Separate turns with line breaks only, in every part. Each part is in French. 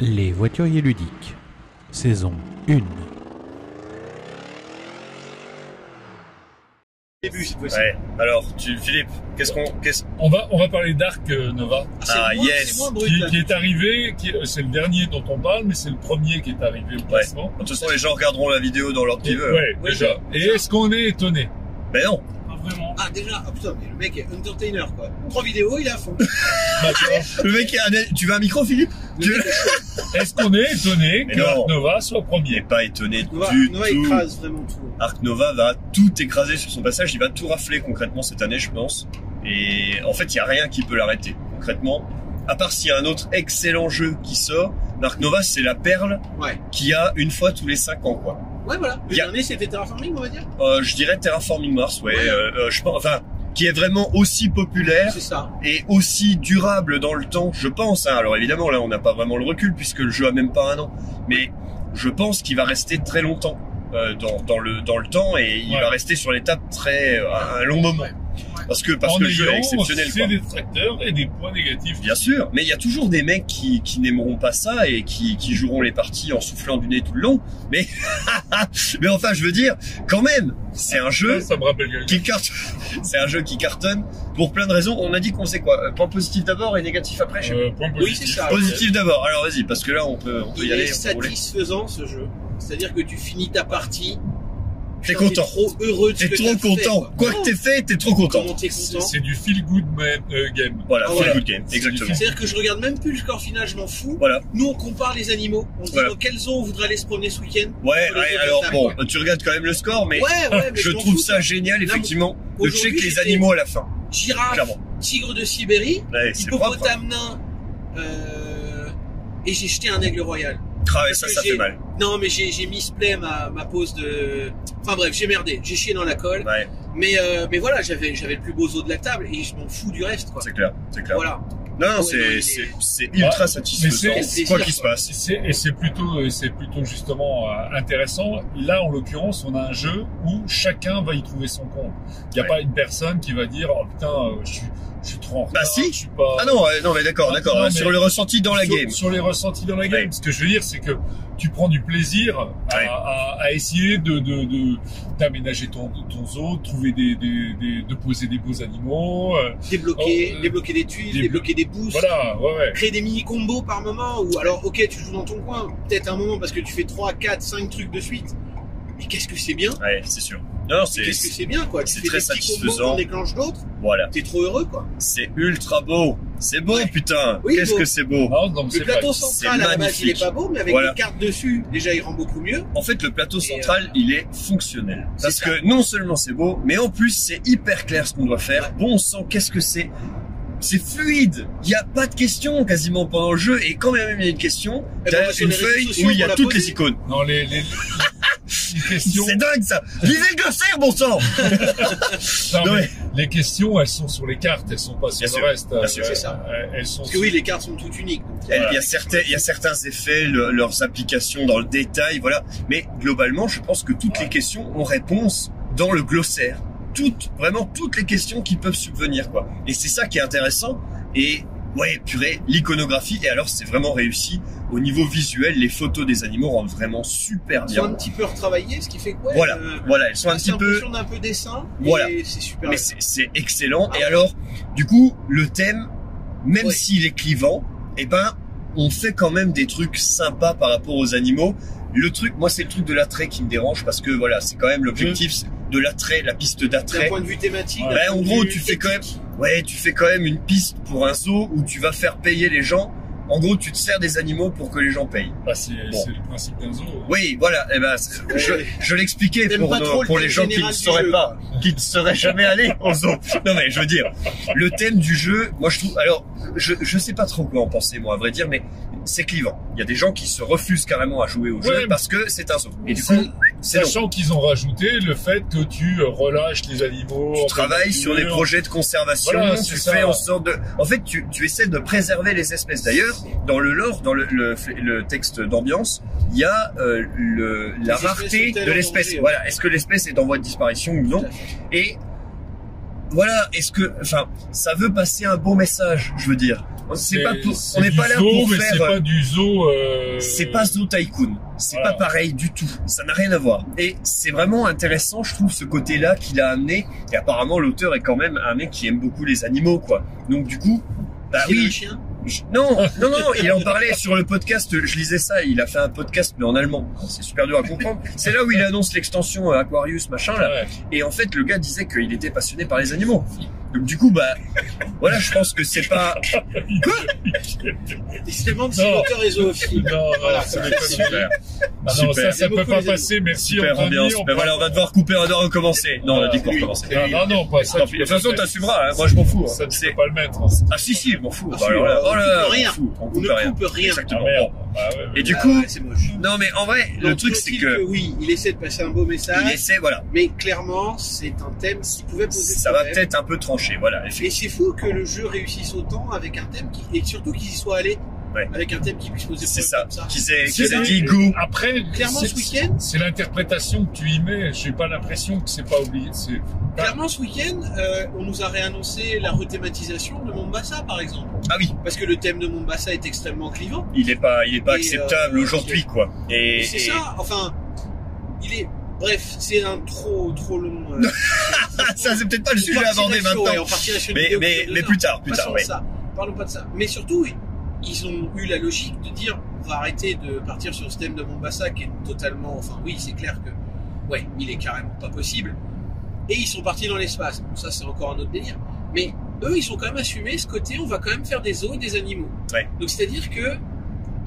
Les voituriers ludiques, saison 1.
début cette fois-ci.
Ouais. Alors, tu, Philippe, qu'est-ce qu'on, qu'est-ce,
On va, on va parler d'Arc euh, Nova,
C'est
Ah,
moins-
yes.
C'est moins brut.
qui,
là.
qui est arrivé, qui, euh, c'est le dernier dont on parle, mais c'est le premier qui est arrivé au classement.
de toute façon, les gens regarderont la vidéo dans l'ordre qu'ils veulent.
Ouais,
Oui,
déjà. Et est-ce qu'on est étonné
Mais non.
Pas vraiment.
Ah déjà, ah, putain, mais le mec est entertainer quoi. Trois vidéos, il est à fond.
Le mec est un- tu veux un micro, Philippe? Tu-
Est-ce qu'on est étonné
Mais
que
non.
Arc Nova soit
Il est
premier
pas étonné
Nova,
du
Nova
tout.
écrase vraiment tout.
Arc Nova va tout écraser sur son passage. Il va tout rafler concrètement cette année, je pense. Et en fait, il y a rien qui peut l'arrêter concrètement. À part s'il y a un autre excellent jeu qui sort, Arc Nova, c'est la perle
Ouais.
qui a une fois tous les cinq ans, quoi.
Ouais voilà. Le
Y a-
dernier c'était Terraforming on va dire.
Euh, je dirais Terraforming Mars, ouais.
Ouais.
euh, euh, je pense, enfin, qui est vraiment aussi populaire
C'est ça.
et aussi durable dans le temps, je pense. hein. Alors évidemment, là, on n'a pas vraiment le recul puisque le jeu a même pas un an. Mais je pense qu'il va rester très longtemps euh, dans, dans le dans le temps et il
Ouais.
va rester sur l'étape très euh, un long moment. Parce que parce
En
que le jeu est
ayant,
exceptionnel.
c'est
quoi.
des tracteurs et des points négatifs.
Bien sûr, mais il y a toujours des mecs qui, qui n'aimeront pas ça et qui, qui joueront les parties en soufflant du nez tout le long. Mais mais enfin, je veux dire, quand même, c'est un jeu
Ça, ça me rappelle quelque
qui cartonne. C'est un jeu qui cartonne pour plein de raisons. On a dit qu'on sait quoi. euh, Point positif d'abord et négatif après. Je sais
chose. Euh, point
Oui
positif.
c'est ça.
pas. Positif d'abord. Alors vas-y, parce que là on peut, on peut
Il
y aller.
est
on peut rouler.
satisfaisant ce jeu. C'est-à-dire que tu finis ta partie.
T'es
putain,
content.
trop heureux de ce
T'es
que
trop
t'as fait,
content. Quoi que t'aies fait, t'es trop content.
Comment t'es
C'est
content
c'est du feel good man- euh, game.
Voilà,
Ah,
feel
voilà.
good game.
C'est
Exactement.
difficile.
C'est-à-dire que je regarde même plus le score final, je m'en fous.
Voilà.
Nous on compare les animaux. On se dit
Voilà.
dans quelle zone on voudrait aller se promener ce week-end.
Ouais,
Pour le
ouais,
jeu
alors
de
bon,
table,
tu regardes quand même le score, mais
Ouais ouais. Mais
je
je m'en
trouve
fous.
ça génial,
Là,
effectivement, de
aujourd'hui,
checker les
j'étais Ah,
animaux à la fin.
Girafe,
Clairement.
tigre de Sibérie.
Ouais, c'est propre. hein.
hippopotame nain euh, et j'ai jeté un aigle royal.
Ah ouais, ça,
que
ça
j'ai-
fait mal.
Non, mais j'ai j'ai misplay ma, ma pose de. Enfin bref, j'ai merdé, j'ai chié dans la colle.
Ouais,
Mais euh, mais voilà, j'avais j'avais le plus beau zoo de la table et je m'en fous du reste quoi.
c'est clair, c'est clair.
Voilà.
Non, non,
Ouais, non, il
c'est,
est-
c'est, c'est ultra satisfaisant,
Mais
c'est-
quoi
c'est-
qu'il se passe.
C'est- Et c'est plutôt, et c'est plutôt justement euh, intéressant. Là, en l'occurrence, on a un jeu où chacun va y trouver son compte. Il n'y a
Ouais.
pas une personne qui va dire oh, putain, euh, je suis, je suis trop en retard.
Bah si.
Je suis pas.
Ah non, ouais, non, mais d'accord,
Ah,
d'accord,
non,
hein,
mais-
sur le ressenti dans la
sur,
game.
sur les ressentis dans la game.
Ouais.
Ce que je veux dire, c'est que tu prends du plaisir à,
Ouais.
à- à essayer de, de, de- d'aménager ton, ton zoo, de trouver des, des, des- de poser des beaux animaux. euh,
Débloquer,
Oh, euh,
débloquer des tuiles,
déblo-
débloquer des boosts.
voilà, ouais, ouais.
Créer des mini combos par moment ou alors ok tu joues dans ton coin peut-être un moment parce que tu fais 3, 4, 5 trucs de suite mais qu'est-ce que c'est bien
Ouais, c'est sûr. Non, non, c'est,
qu'est-ce que c'est bien quoi tu
c'est
fais
très
des petits
satisfaisant.
combos on déclenche d'autres
voilà,
t'es trop heureux quoi
c'est ultra beau. C'est beau,
Ouais.
putain.
Oui,
Qu'est-ce
beau.
que c'est beau.
Non, non,
Le
mais c'est
plateau
vrai.
central
C'est
à la base,
magnifique.
il est pas beau, mais avec
Voilà.
les cartes dessus, déjà, il rend beaucoup mieux.
En fait, le plateau
Et,
central,
euh,
il est fonctionnel.
c'est
Parce
ça.
que non seulement c'est beau, mais en plus, c'est hyper clair ce qu'on doit faire. Bon sang, qu'est-ce que c'est C'est fluide. Il n'y a pas de question quasiment pendant le jeu. Et quand même, il y a une question,
Eh ben, on
t'as
va sur
une
les réseaux
feuille
sociaux,
où il y
on
a
l'a
toutes
posé.
les icônes.
Non, les, les, les- les questions.
C'est dingue ça Vivez le glossaire, bon sang
Non,
Non,
mais
mais-
Les questions, elles sont sur les cartes, elles sont pas sur
Bien
le
sûr,
reste.
bien sûr.
Euh,
C'est ça.
euh, Elles sont.
Parce que oui, les cartes sont toutes uniques. donc il y a-
Elle- Il y a certains, il y a certains effets, le- leurs applications dans le détail, voilà. Mais globalement, je pense que toutes
Ouais.
les questions ont réponse dans le glossaire. Toutes, vraiment toutes les questions qui peuvent subvenir, quoi. Et c'est ça qui est intéressant. Et ouais, purée, l'iconographie. Et alors, c'est vraiment réussi au niveau visuel. Les photos des animaux rendent vraiment super
Ils sont un
bien.
petit peu retravaillés, ce qui fait quoi
Voilà, voilà, elles sont un petit peu.
d'un peu dessin.
Voilà.
Et c'est super.
Mais c'est c'est excellent. Et alors, du coup, le thème, même
Ouais.
s'il est clivant, eh ben, on fait quand même des trucs sympas par rapport aux animaux. Le truc, moi, c'est le truc de l'attrait qui me dérange parce que voilà, c'est quand même l'objectif c'est de l'attrait, la piste
D'un
d'attrait.
point de vue thématique.
Ouais,
d'un
Ben, en
point de
gros,
vue
tu fais quand même-
éthique.
Ouais, tu fais quand même une piste pour un zoo où tu vas faire payer les gens. En gros, tu te sers des animaux pour que les gens payent.
Bah, c'est
Bon.
c'est le principe d'un zoo. hein.
Oui, voilà. Eh ben, c'est- je, je l'expliquais
T'aimes
pour,
pas
nos-
trop le
pour
thème
les gens qui
général
ne
du
sauraient
jeu,
pas, qui ne seraient jamais allés en zoo. Non mais je veux dire, le thème du jeu, moi je trouve. Alors, je je sais pas trop quoi en penser, moi à vrai dire, mais c'est clivant. Il y a des gens qui se refusent carrément à jouer au jeu
Ouais, mais-
parce que c'est un zoo. Et du
Ça-
coup, c'est long.
Sachant qu'ils ont rajouté le fait que tu euh, relâches les animaux.
Tu
en
travailles sur des
nature.
projets de conservation,
Voilà,
tu
c'est
fais
ça.
en sorte de... En fait, tu, tu essaies de préserver les espèces. D'ailleurs, dans le lore, dans le, le, le texte d'ambiance, il y a euh, le, la
espèces
rareté
sont-elles
de
en
l'espèce.
danger,
Voilà, est-ce que l'espèce est en voie de disparition ou non
Tout à
Et voilà, est-ce que... Enfin, ça veut passer un beau message, je veux dire. C'est pas pour,
c'est
on n'est
du
pas là
zoo,
pour
mais C'est
faire.
pas du zoo. euh,
C'est pas Zoo Tycoon. C'est
Voilà.
pas pareil du tout. Ça n'a rien à voir. Et c'est vraiment intéressant, je trouve, ce côté-là qu'il a amené. Et apparemment, l'auteur est quand même un mec qui aime beaucoup les animaux, quoi. Donc, du coup, bah
Il a un
oui.
chien.
je- Non, non, non, il en parlait sur le podcast. Je lisais ça. Il a fait un podcast, mais en allemand. C'est super dur à comprendre. C'est là où il annonce l'extension euh, Aquarius, machin, là.
ouais.
Et en fait, le gars disait qu'il était passionné par les animaux. Donc, du coup, bah, voilà, je pense que c'est pas.
Il se demande si
Non.
l'auteur est zoophile.
Non, non,
Voilà.
ça n'est pas super. Ah non,
Super.
ça, ça
J'aime
peut
beaucoup les
pas
animaux.
passer. Merci,
Super
Anthony.
ambiance.
on Ah,
Ben voilà, on va devoir couper un heure et recommencer. Non, on a dit qu'on
Oui.
recommençait.
Non, non, non, pas ça.
Tant
tu
pis. De
peux
toute façon,
pas le
t'assumeras, hein. moi je m'en fous.
mettre.
hein.
Ça, tu
C'est-
peux pas le mettre.
Ah si, si, je m'en fous.
Ah, si,
Bah, alors là,
on
oh là
coupe
là, on
rien.
s'en fout, on
On
coupe
ne
rien.
coupe rien.
Ah
Exactement.
merde. Ah, ouais, ouais.
Et du
Ah,
coup,
ouais, c'est moche.
non mais en vrai, le
Donc,
truc c'est
faut-il
que
Oui, il essaie de passer un beau message,
il essaie, voilà,
mais clairement, c'est un thème qui pouvait poser
ça va
problème.
peut-être un peu trancher, voilà,
Et
effectivement.
c'est fou que le jeu réussisse autant avec un thème qui, et surtout qu'ils y soient allés
Ouais.
avec un thème qui puisse poser
C'est
problème
ça,
comme ça.
qui s'est
C'est
qui s'est
vrai.
dit go.
Après,
Clairement,
c'est-
ce week-end,
C'est l'interprétation que tu y mets. J'ai pas l'impression que c'est pas oublié. C'est
clairement, ce week-end, euh, on nous a réannoncé la rethématisation de Mombasa, par exemple.
Ah oui,
Parce que le thème de Mombasa est extrêmement clivant.
il est pas, il est pas
Et,
acceptable
euh,
aujourd'hui quoi. Et,
Et c'est
et-
ça, enfin, il est. Bref, c'est un trop, trop long. euh,
Ah, ça c'est peut-être pas le
on
sujet à
partirait
aborder
sur- ouais,
maintenant.
on partirait sur une
Mais
vidéo qui
mais
dure deux
mais
heures.
plus tard, plus
Passons
tard,
de
ouais.
ça. Parlons pas de ça. Mais surtout, oui, ils ont eu la logique de dire on va arrêter de partir sur ce thème de Mombasa qui est totalement. Enfin, oui, c'est clair que. Ouais, il est carrément pas possible. Et ils sont partis dans l'espace. Bon, ça, c'est encore un autre délire. Mais eux, ils ont quand même assumé ce côté on va quand même faire des zoos et des animaux.
Ouais.
Donc, c'est-à-dire que.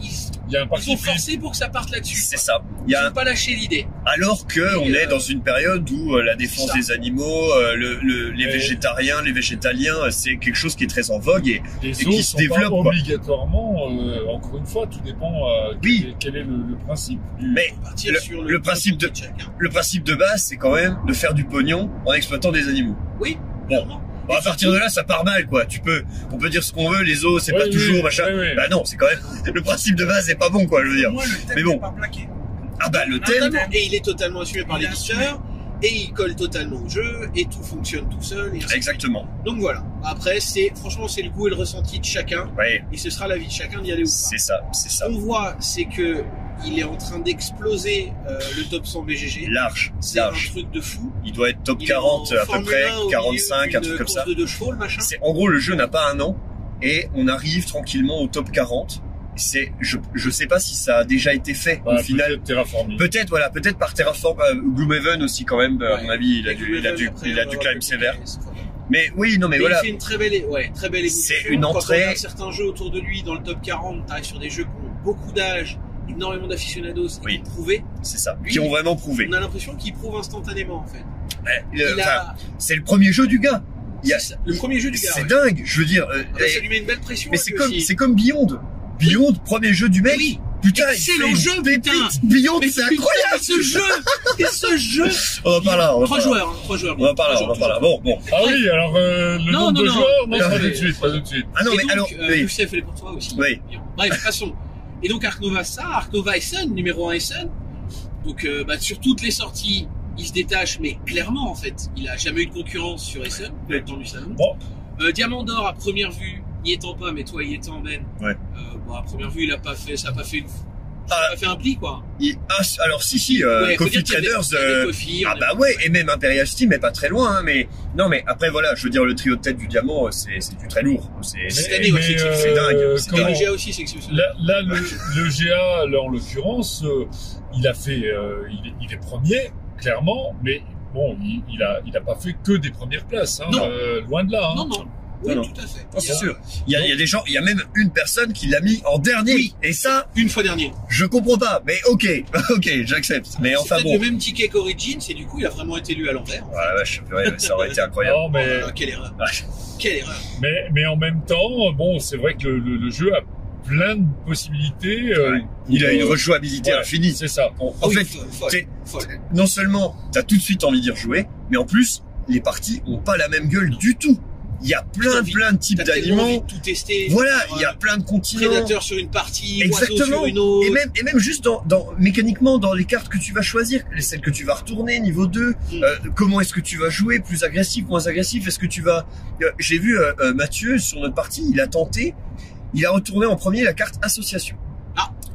Ils,
il y a un
ils
parti
ont
pris.
forcé pour que ça parte là-dessus.
C'est ça. Il y
Ils
a
n'ont pas lâché l'idée.
Alors que on
euh,
est dans une période où euh, la défense
ça.
des animaux, euh, le, le- les
Ouais.
végétariens, les végétaliens, euh, c'est quelque chose qui est très en vogue et
Les
qui
zoos
se
sont
développent,
pas
quoi.
obligatoirement. euh, encore une fois, tout dépend. euh,
Oui.
quel est- Quel est le, le principe du
Mais-
Ils vont partir
le-
sur
le principe de-
chacun.
le principe de base, c'est quand même de faire du pognon en exploitant des animaux.
Oui,
Bon, Bon, à partir de là, ça part mal, quoi. Tu peux, on peut dire ce qu'on veut, les os, c'est
Oui,
pas
oui,
toujours machin.
oui, oui.
Bah non, c'est quand même le principe de base est pas bon, quoi. Je veux dire.
Moi, le thème
Mais bon.
n'est pas plaqué.
Ah bah le thème,
Totalement. Et il est totalement assumé par
Il est
l'éditeur, et il colle totalement au jeu, et tout fonctionne tout seul. et ainsi de
exactement.
suite. Donc voilà. Après, c'est franchement, c'est le goût et le ressenti de chacun,
Ouais,
et ce sera l'avis de chacun d'y aller ou pas.
c'est ça, c'est
Ce
ça.
qu'on voit, c'est que il est en train d'exploser euh, le top 100 BGG.
Large,
C'est un
large.
truc de fou.
Il doit être top
Il est
40
en
à peu
Formule
près,
1 au milieu
45, un
d'une
truc comme
course
ça.
De deux chevaux, le machin.
C'est en gros le jeu n'a pas un an et on arrive tranquillement au top 40. C'est je je sais pas si ça a déjà été fait
Bah,
au final.
peut-être terraforming.
Peut-être voilà, peut-être par Terraform euh, Gloomhaven aussi quand même bah, à
Ouais.
mon avis, il a
Et
dû
Gloomhaven,
il a dû
après,
il a
on
dû
va
climb
pas
sévère.
compliquer, c'est pas grave.
Mais oui, non mais,
Mais
voilà,
il fait une très belle, ouais, très belle évolution.
C'est une
Quand on
entrée.
regarde certains jeux autour de lui dans le top 40, t'arrives sur des jeux qui ont beaucoup d'âge, énormément d'aficionados, et
Oui.
qui ont prouvé.
c'est ça.
Lui,
Qui ont vraiment prouvé.
On a l'impression qu'il prouve instantanément, en fait.
Ouais, le-
Il
Euh, enfin,
a-
C'est le premier jeu du gars. il y a-
c'est ça, le premier jeu du gars.
C'est
ouais.
dingue, je veux dire. euh,
Ah bah, ça
et-
lui met une belle pression.
mais
là,
c'est
lui
comme,
aussi.
c'est comme Beyond. Beyond, premier jeu du mec.
Oui.
Putain, il
Excellent
fait une
jeu,
pépite.
putain.
Beyond,
Mais
c'est
putain,
incroyable.
Ce jeu, et ce jeu.
On va par là, on va
Trois
par là.
joueurs, hein, trois joueurs.
On va par là, on va par là. Bon, bon.
Ah oui, alors euh, le
Non, non,
nombre de
non.
joueurs,
Non,
non, pas tout
mais-
de suite, pas tout de suite.
Ah non,
Et
mais
donc,
alors,
euh,
oui,
Youssef, elle est pour toi aussi.
Oui.
Bref, passons. Et donc Ark Nova, ça, Ark Nova Essen, numéro 1 Essen. Donc euh, bah, sur toutes les sorties, il se détache, mais clairement en fait, il a jamais eu de concurrence sur Essen,
Ouais.
le temps du salon.
Bon.
Euh, Diamant d'or à première vue, n'y étant pas, mais toi y étant Ben.
Ouais.
Euh, bon, à première vue, il a pas fait, ça a pas fait une, ça
Ah.
a pas fait un pli quoi.
il- ah, alors si, si, euh,
Ouais, faut
Coffee
dire qu'il y a des-
Traders,
il y a des
euh,
coffees,
ah
on est-
bah ouais, et même Imperial Steam est pas très loin, hein, mais non, mais après voilà, je veux dire, le trio de tête du diamant, euh, c'est c'est du très lourd. C'est
Cette
c'est-
année, ouais, c'est- c'est- c'est
euh,
dingue, c'est
comment-
Et le GA aussi, c'est exceptionnel.
Là, là, le, le GA, là, en l'occurrence, euh, il a fait, euh, il, est, il est premier, clairement, mais bon, il, il a, il a pas fait que des premières places, hein,
Non.
euh, loin de là. hein.
Non, non. Oui,
Non, Oh, non.
tout à fait.
Non, c'est
Il y a-
sûr. Il y, a, il y a des gens, il y a même une personne qui l'a mis en dernier.
Oui.
Et ça,
Une fois dernier.
Je comprends pas, mais ok, ok, j'accepte. Mais
c'est
enfin
peut-être
bon.
le même ticket qu'Origin, c'est du coup, il a vraiment été lu à l'envers.
Ouais, ouais, je- ouais, ça aurait été incroyable.
Non,
Oh
mais,
là là, quelle erreur.
Ah.
Quelle erreur.
mais, mais en même temps, bon, c'est vrai que le, le- le jeu a plein de possibilités. euh,
Ouais. Il a
pour,
une
euh,
rejouabilité
ouais,
infinie.
C'est ça.
En
Oui,
fait,
folle, folle,
t'es-
folle.
non seulement t'as tout de suite envie d'y rejouer, mais en plus, les parties ont pas la même gueule du tout. Il y a
T'as
plein,
envie-
plein de types
T'as tellement envie
d'aliments.
de tout tester.
Voilà,
faire,
il y a
euh,
plein de continents.
prédateur sur une partie, oiseau
Exactement.
sur une autre.
Et même, et même juste dans, dans, mécaniquement, dans les cartes que tu vas choisir, les- celles que tu vas retourner, niveau 2,
Mm.
euh, comment est-ce que tu vas jouer, plus agressif, moins agressif, est-ce que tu vas... Euh, J'ai vu euh, euh, Mathieu, sur notre partie, il a tenté, il a retourné en premier la carte association.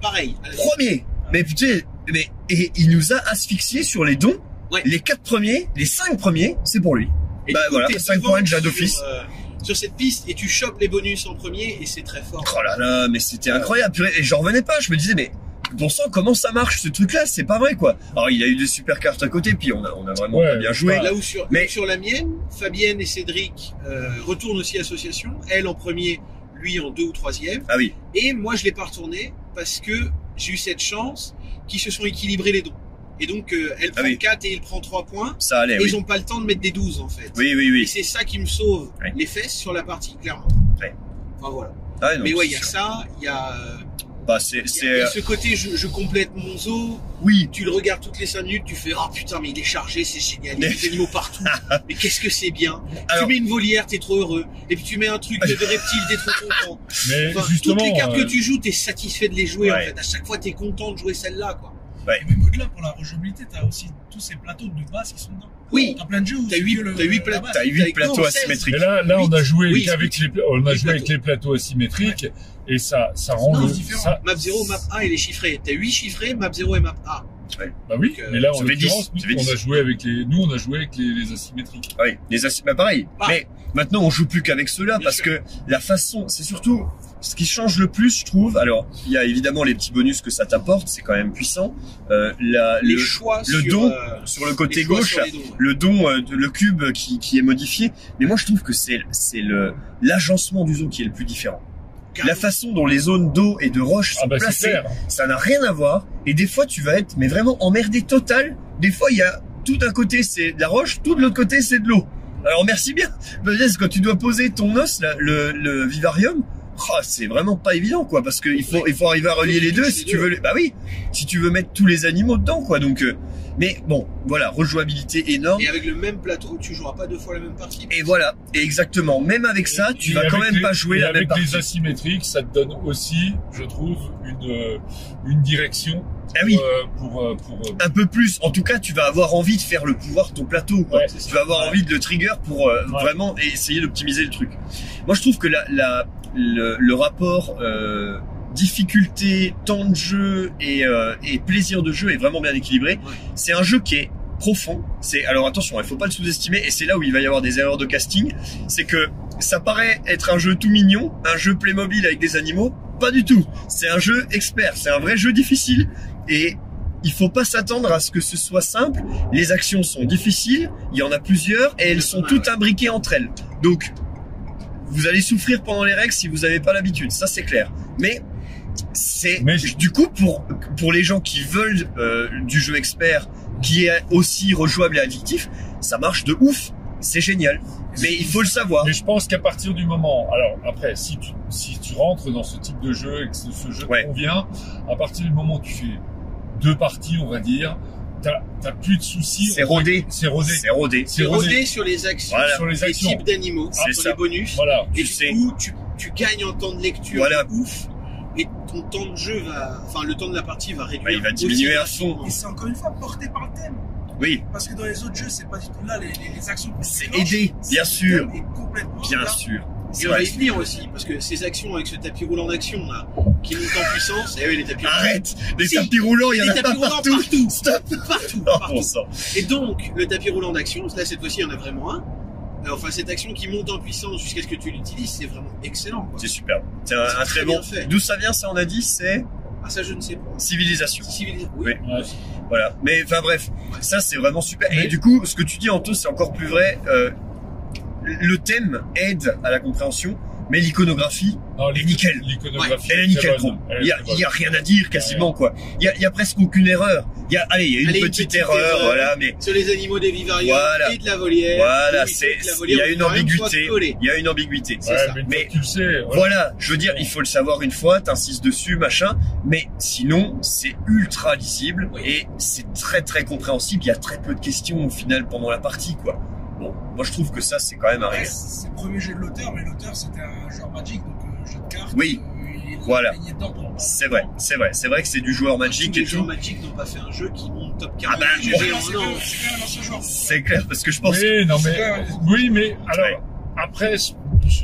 Pareil. à la-
Premier Mais putain, mais, et il nous a asphyxié sur les dons.
Ouais.
Les quatre premiers, les cinq premiers, c'est pour lui.
Et
bah
du coup,
voilà,
t'es
cinq
devant
points déjà
sur,
d'office.
euh, Sur cette piste, et tu chopes les bonus en premier, et c'est très fort.
Oh là là, mais c'était incroyable. purée. Et j'en revenais pas. Je me disais, mais bon sang, comment ça marche ce truc-là C'est pas vrai, quoi. Alors, il a eu des super cartes à côté, puis on a, on a vraiment
Ouais,
pas bien joué.
ouais.
Là où sur,
Mais-
où sur la mienne, Fabienne et Cédric euh, retournent aussi association. Elle en premier, lui en deux ou troisième.
Ah oui.
Et moi, je l'ai pas retourné parce que j'ai eu cette chance qu'ils se sont équilibrés les dons. Et donc, euh, elle
Ah
prend
oui.
4 et il prend 3 points.
Ça allait,
et
Eh oui.
ils ont pas le temps de mettre des 12, en fait.
Oui, oui,
Et
oui.
c'est ça qui me sauve
Ouais.
les fesses sur la partie, clairement.
Ouais.
Enfin, voilà.
Ah, non,
Mais ouais,
c'est
il y a
sûr.
ça, il y a, euh,
Bah,
il
c'est,
y a- il
c'est,
y a
euh,
ce côté, je, je complète mon zoo,
oui.
tu le regardes toutes les 5 minutes, tu fais, oh putain, mais il est chargé, c'est génial, il y a
Mais-
des animaux partout, mais qu'est-ce que c'est bien.
Alors-
Tu mets une volière, t'es trop heureux, et puis tu mets un truc de reptile, t'es trop content.
Mais
Enfin,
justement,
toutes les cartes
euh,
que tu joues, t'es satisfait de les jouer, en
Ouais.
fait. À chaque fois, t'es content de jouer celle-là, quoi.
Et même au-delà, pour la rejouabilité, t'as aussi tous ces plateaux de base qui sont dedans.
Oui,
T'as plein de jeux où
T'as
c'est
huit-
que le-
t'as huit
la
plateaux.
base.
T'as
t'as-
huit plateaux
non,
asymétriques.
mais là, là, on a joué
Oui,
avec les, on a
Les
joué avec
plateaux.
les plateaux asymétriques et ça, ça rend
Non,
le,
c'est différent.
ça,
map 0, map A, il est chiffré. T'as 8 chiffrés, map 0 et map A.
bah oui.
Donc, euh,
mais là, en
ça fait
l'occurrence,
10, ça
nous,
fait
on a
10.
joué avec les, nous, on a joué avec les, les asymétriques.
Oui, les assi- bah pareil.
Ah.
Mais maintenant, on joue plus qu'avec ceux-là
Bien
parce que la façon, c'est surtout ce qui change le plus, je trouve. Alors, il y a évidemment les petits bonus que ça t'apporte, c'est quand même puissant. Euh, la,
Les
le,
choix
le
sur,
don,
euh,
sur le
les
côté
choix
gauche,
sur les dons, ouais.
le don, euh, de- le cube qui, qui est modifié. Mais moi, je trouve que c'est c'est le l'agencement du zoo qui est le plus différent.
Carrément.
La façon dont les zones d'eau et de roche sont
Ah bah c'est
placées,
clair.
ça n'a rien à voir. Et des fois, tu vas être mais vraiment emmerdé total. Des fois, il y a tout d'un côté c'est de la roche, tout de l'autre côté c'est de l'eau. Alors merci bien. Parce que quand tu dois poser ton os, là, le, le vivarium, oh, c'est vraiment pas évident quoi, parce qu'il faut il faut arriver à relier les deux si tu veux. les- Bah oui, si tu veux mettre tous les animaux dedans quoi. Donc, euh, mais bon, voilà, rejouabilité énorme.
Et avec le même plateau, tu joueras pas deux fois la même partie.
Et voilà, et exactement. Même avec ça, tu
Et
vas quand
avec
même
les-
pas jouer
et
la
avec
même partie.
les asymétriques, ça te donne aussi, je trouve, une euh, une direction
Ah oui.
euh, pour euh, pour, euh,
un peu plus. En tout cas, tu vas avoir envie de faire le pouvoir de ton plateau. Quoi.
Ouais,
tu vas avoir
Ouais.
envie de le trigger pour euh,
Ouais.
vraiment essayer d'optimiser le truc. Moi, je trouve que la, la- le, le rapport euh, difficulté, temps de jeu et, euh, et plaisir de jeu est vraiment bien équilibré. C'est un jeu qui est profond. C'est alors attention, il faut pas le sous-estimer et c'est là où il va y avoir des erreurs de casting. C'est que ça paraît être un jeu tout mignon, un jeu Playmobil avec des animaux, pas du tout. C'est un jeu expert, c'est un vrai jeu difficile et il faut pas s'attendre à ce que ce soit simple. Les actions sont difficiles, il y en a plusieurs et elles sont toutes imbriquées entre elles. Donc vous allez souffrir pendant les règles si vous n'avez pas l'habitude, ça c'est clair. Mais c'est
Mais je-
du coup pour pour les gens qui veulent euh, du jeu expert qui est aussi rejouable et addictif, ça marche de ouf, c'est génial. Mais il faut le savoir.
Mais je pense qu'à partir du moment, alors après, si tu, si tu rentres dans ce type de jeu et que ce, ce jeu
Ouais.
te convient, à partir du moment où tu fais deux parties, on va dire, t'as t'as plus de soucis.
C'est rodé.
C'est rodé.
C'est rodé.
C'est
C'est
rodé.
rodé sur les actions,
Voilà.
Sur les
les
actions.
types d'animaux,
C'est
sur
ça.
les bonus.
Voilà.
Et
Tu
du
sais.
coup, tu, tu gagnes en temps de lecture.
Voilà.
de Ouf. Et ton temps de jeu va, enfin, le temps de la partie va réduire.
Bah, il va diminuer à
aussi
fond.
rapidement.
Et c'est encore une fois porté par le thème.
Oui,
Parce que dans les autres jeux, c'est pas du tout là les, les, les actions. qu'on
c'est
déclenche,
aidé, bien
c'est le
sûr,
thème est complètement
bien
là.
sûr.
Et
C'est
on va
vrai.
y venir aussi, parce que ces actions avec ce tapis roulant d'action, là, qui monte en puissance, et oui, les tapis roulants.
Arrête, les
Si.
tapis roulants, il y
Les
en a
tapis
pas
roulants
partout.
partout.
Stop.
Partout,
Oh,
partout.
bon sang.
Et donc, le tapis roulant d'action, là cette fois-ci il y en a vraiment un. Euh, Enfin, cette action qui monte en puissance jusqu'à ce que tu l'utilises, c'est vraiment excellent. Quoi.
C'est superbe. C'est un,
C'est
un
très
très
bien
bon.
fait.
D'où ça vient ça on a dit c'est
Ah, ça, je ne sais pas.
civilisation.
Civilisation.
Oui.
Ouais.
Voilà. Mais enfin bref, ça c'est vraiment super.
Mais-
Et du coup, ce que tu dis Anto, c'est encore plus vrai. euh, le thème aide à la compréhension, mais l'iconographie,
Non,
Et
l'ico-
nickel.
L'iconographie.
elle est
très
nickel.
bonne.
Chrome.
Elle est
Il y a,
très
il
bonne.
y a rien à dire quasiment quoi. Il y a, il y a presque aucune erreur. Il y a, allez, il y a une,
Allez, une
petite,
petite
erreur,
erreur.
voilà, mais
Sur les animaux des vivariums
Voilà.
et de la volière.
voilà,
Oui,
c'est
faut que la
il
volière
y a une
au vivarium soit
ambiguïté.
collée.
Il y a une ambiguïté.
C'est
Ouais,
ça.
mais, une
Mais-
fois que tu le sais. voilà.
Voilà, je veux dire, il faut le savoir une fois, t'insistes dessus, machin, mais sinon, c'est ultra lisible
Oui.
et c'est très très compréhensible. Il y a très peu de questions au final pendant la partie, quoi. Bon, moi je trouve que ça, c'est quand même un
Après,
réel.
c'est le premier jeu de l'auteur, mais l'auteur c'était un joueur Magic, donc euh, jeu de cartes.
Oui.
euh, il est
Voilà.
baigné dedans pendant-
C'est vrai, c'est vrai, c'est vrai que c'est du joueur magique
Tous
et
les gens
tout.
Magic n'ont pas fait un jeu qui monte top 40.
Ah bah,
J'ai
C'est quand
fait
même
un an.
un ancien joueur.
C'est clair, parce que je pense que
Oui, non,
C'est
mais,
vrai.
oui, mais alors,
Ouais.
après, je,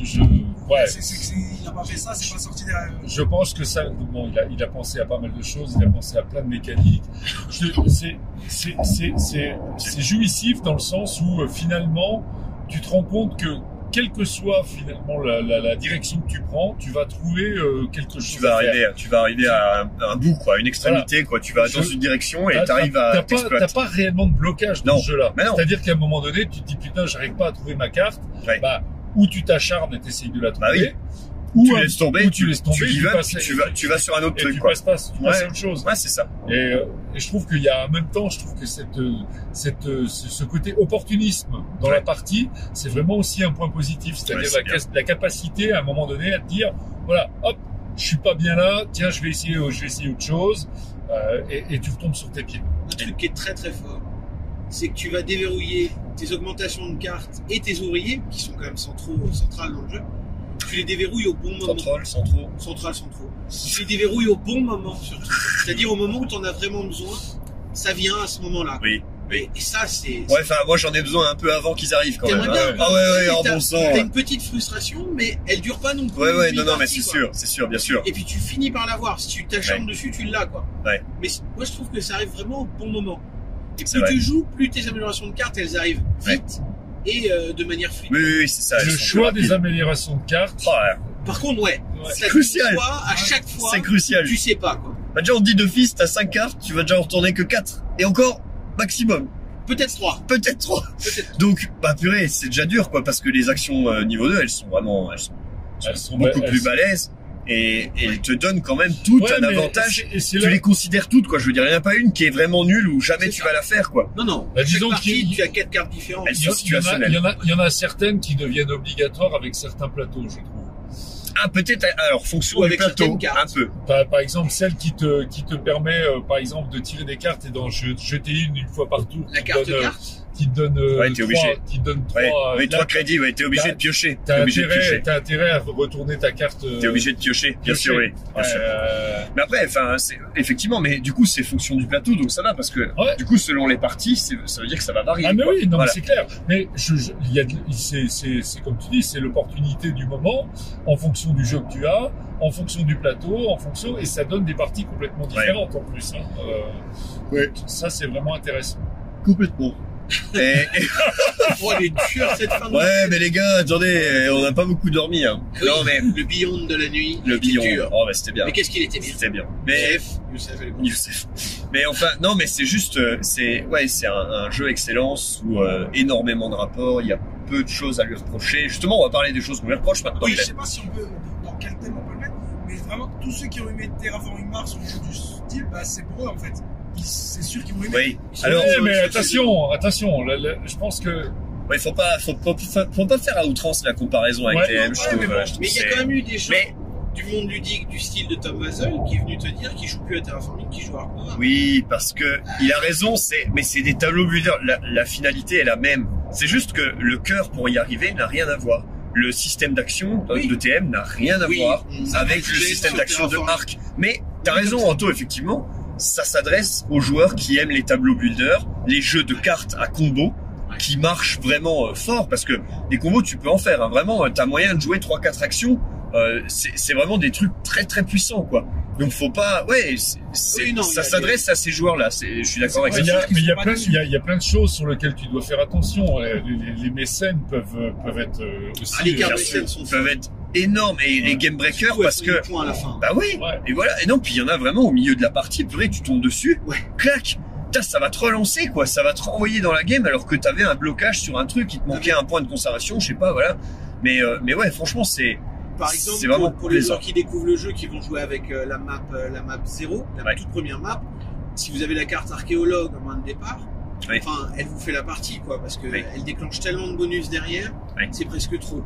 je- ouais.
C'est- c'est- c'est- Il a t'as pas fait ça, c'est pas sorti derrière.
Je pense que ça, bon, il a, il a pensé à pas mal de choses, il a pensé à plein de mécaniques. Je- C'est, c'est, c'est, c'est, c'est jouissif dans le sens où euh, finalement, tu te rends compte que quelle que soit finalement la, la, la direction que tu prends, tu vas trouver euh, quelque chose.
Tu vas
à faire.
arriver, tu vas arriver à un, à un bout, quoi, une extrémité, quoi. Tu vas
Je-
dans une direction et
T'as-
t'arrives
t'as-
à
T'as pas, t'as
t'exploiter.
pas réellement de blocage dans
Non.
ce jeu-là.
Mais non.
C'est-à-dire qu'à un moment donné, tu te dis putain, j'arrive pas à trouver ma carte.
Ouais.
Bah, ou tu t'acharnes et t'essayes de la
Bah oui.
trouver. ou
Tu
un-
laisses tomber,
ou tu laisses tomber,
tu
tu
give up,
passes-
puis tu vas, tu vas sur un autre
et
truc,
tu
quoi.
passes pas, tu passes
Ouais.
à autre chose.
Ouais, c'est ça.
Et, euh, et je trouve qu'il y a en même temps, je trouve que cette, euh, cette, euh, ce ce côté opportunisme dans la partie, c'est vraiment aussi un point positif,
Ouais,
c'est-à-dire
c'est
la, cas- la capacité à un moment donné à te dire, voilà, hop, je suis pas bien là, tiens, je vais essayer, euh, je vais essayer autre chose, euh, et, et tu retombes sur tes pieds.
Un truc qui est très très fort, c'est que tu vas déverrouiller tes augmentations de cartes et tes ouvriers, qui sont quand même centraux, centrales dans le jeu. Tu les déverrouilles au bon moment.
Contrôle, sans trop.
Centrales, centraux. Tu les déverrouilles au bon moment surtout. C'est-à-dire au moment où tu en as vraiment besoin, ça vient à ce moment-là.
Oui, oui.
Et, et ça, c'est.
Ouais, enfin, moi j'en ai besoin un peu avant qu'ils arrivent quand même.
T'aimerais bien.
Ah ouais, ouais, en
t'as-
bon sang.
T'as une petite frustration, mais elle dure pas non plus.
Ouais, ouais,
une
non, non, mais
partie,
c'est
quoi.
sûr, c'est sûr, bien sûr.
Et puis tu finis par l'avoir. Si tu t'acharnes dessus, tu l'as, quoi.
Ouais.
Mais c- moi, je trouve que ça arrive vraiment au bon moment. Et
C'est
plus
vrai.
tu joues, plus tes améliorations de cartes, elles arrivent vite et euh, de manière fluide.
Oui, oui, oui, c'est Oh, ça.
le
elles sont plus
choix des
rapides.
améliorations de cartes,
Oh, ouais,
Par contre, ouais,
Ouais.
ça
Crucial.
Soit, à chaque fois,
C'est crucial.
tu sais pas, quoi.
Bah, déjà, on te dit d'office, t'as 5 cartes, tu vas déjà en retourner que 4. Et encore, maximum.
Peut-être trois.
Peut-être 3.
Peut-être.
Donc, bah purée, c'est déjà dur, quoi, parce que les actions euh, niveau 2, elles sont vraiment, elles sont
elles sont
beaucoup
elles
plus
sont-
balèzes. Et, et elles te donnent quand même tout
Ouais,
un
mais
avantage.
c'est- et c'est
Tu
là-
les considères toutes, quoi. Je veux dire, il n'y en a pas une qui est vraiment nulle ou jamais
C'est
tu
ça.
vas la faire, quoi.
Non, non.
Bah,
chaque
disons
partie,
qu'il-
tu as quatre cartes différentes.
Elles
il y en-
sont
il y en a-
situationnelles.
il y en a- Il y en a certaines qui deviennent obligatoires avec certains plateaux, je trouve.
Ah, peut-être, alors, fonction
Ou
du
avec
plateau,
certaines
un
cartes.
peu.
Par, par exemple, celle qui te, qui te permet, euh, par exemple, de tirer des cartes et d'en je- jeter une une fois par tour.
La
qui
carte
donne, euh,
carte.
Qui te donne, euh,
Ouais, t'es
trois-
obligé.
Qui te donne
Ouais,
trois. euh,
mais
là,
trois crédits, ouais, t'es obligé
t'as-
de piocher. T'es
T'as
obligé de
intérêt,
piocher.
t'as intérêt à retourner ta carte. euh,
T'es obligé de piocher, bien
piocher.
sûr, oui. Bien
ouais,
sûr.
euh,
Mais après, enfin, c'est- effectivement, mais du coup, c'est fonction du plateau, donc ça va, parce que
Ouais.
du coup, selon les parties, c'est- ça veut dire que ça va varier.
Ah mais
quoi.
oui, non
Voilà.
mais c'est clair. Mais je, je- il y a, de- il- c'est, c'est, c'est comme tu dis, c'est l'opportunité du moment, en fonction du jeu que tu as, en fonction du plateau, en fonction et ça donne des parties complètement différentes en plus. Hein. Euh,
Ouais.
Ça c'est vraiment intéressant.
complètement. Et- et-
Oh, elle est dure, cette fin de
ouais, mais les gars, attendez, euh, on n'a pas beaucoup dormi. Hein.
Oui,
Non, mais
Le beyond de la nuit.
le
était
billon.
dur.
Oh, bah, c'était bien.
Mais qu'est-ce qu'il était bien.
C'était bien. Mais
F, Youssef, elle est bonne.
Youssef. Mais enfin, non, mais c'est juste, euh, c'est ouais, c'est un, un jeu excellence où euh, énormément de rapports. Il y a peu de choses à lui reprocher. Justement, on va parler des choses qu'on lui reproche maintenant.
Oui, je
peut-être.
sais pas si on peut, dans quel thème on peut le mettre, mais vraiment tous ceux qui ont aimé Terraforming Mars ou des jeux du style, bah c'est pour eux en fait. Ils- C'est sûr qu'ils vont aimer.
Oui.
Ils sont
Alors,
Alors,
euh,
Eh, mais
je-
attention, attention. là, là, je pense que
ouais, faut pas, faut, pas- faut pas- faut pas faire à outrance la comparaison avec
Ouais,
les
non,
M. je
ouais,
trouve,
mais bon,
euh, je trouve
Mais il y a
c'est-
quand même eu des gens
Mais-
du monde ludique, du style de Tom Mazel, qui est venu te dire qu'il joue plus à Terraforming, qu'il joue à Arkham.
Oui, parce que il a raison, c'est mais c'est des tableaux builders. La, la finalité est la même. C'est juste que le cœur pour y arriver n'a rien à voir. Le système d'action
Oui.
de TM n'a rien à
Oui,
voir
on- on
avec
a
le
jugé
système
sur
d'action de
Terraform.
Arc. Mais t'as raison, Anto, effectivement, ça s'adresse aux joueurs qui aiment les tableaux builders, les jeux de cartes à combo qui marchent vraiment euh, fort parce que les combos tu peux en faire hein, vraiment euh, t'as moyen de jouer trois quatre actions euh, c'est c'est vraiment des trucs très très puissants quoi donc faut pas ouais c'est- c'est-
Oui, non, il y
ça
a
s'adresse à ces joueurs là je suis d'accord avec
mais
ça
il y a,
sûr qu'ils
mais il y a
sont pas
plein,
dessus.
il y a, il y a plein de choses sur lesquelles tu dois faire attention. hein. Les, les- les mécènes peuvent euh, peuvent être euh, aussi.
Ah, les
Bien
cartes
sûr,
mécènes sont
ils peuvent être énormes et les
Ouais.
game breakers
Ouais,
parce
faut
que
des points à la fin.
bah oui
Ouais.
et voilà et non puis il y en a vraiment au milieu de la partie purée tu tombes dessus
Ouais.
clac Putain, ça va te relancer quoi ça va te renvoyer dans la game alors que t'avais un blocage sur un truc il te manquait un point de conservation je sais pas voilà mais euh, mais ouais franchement c'est
Par
c'est
exemple,
vraiment
pour, pour les
plaisant.
gens qui découvrent le jeu, qui vont jouer avec euh, la map, euh, la map 0, la
Ouais.
toute première map, si vous avez la carte archéologue en main de départ,
Oui.
enfin, elle vous fait la partie, quoi, parce que
Oui.
elle déclenche tellement de bonus derrière,
Oui.
c'est presque trop.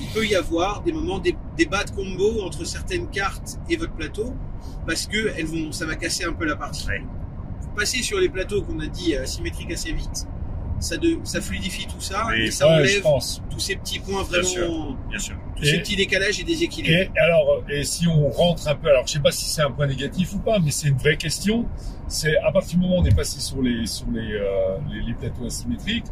Il peut y avoir des moments, des, des bas de combo entre certaines cartes et votre plateau, parce que elles vont, ça va casser un peu la partie.
Oui.
Passer sur les plateaux qu'on a dit euh, symétriques assez vite, ça, de, ça fluidifie tout ça,
Oui.
et ça
Ouais, je
enlève
pense.
tous ces petits points
Bien sûr.
vraiment
bien sûr
tous
Et-
ces petits décalages et déséquilibres.
Et alors, et si on rentre un peu, alors je sais pas si c'est un point négatif ou pas, mais c'est une vraie question. C'est à partir du moment où on est passé sur les sur les euh, les, les plateaux asymétriques,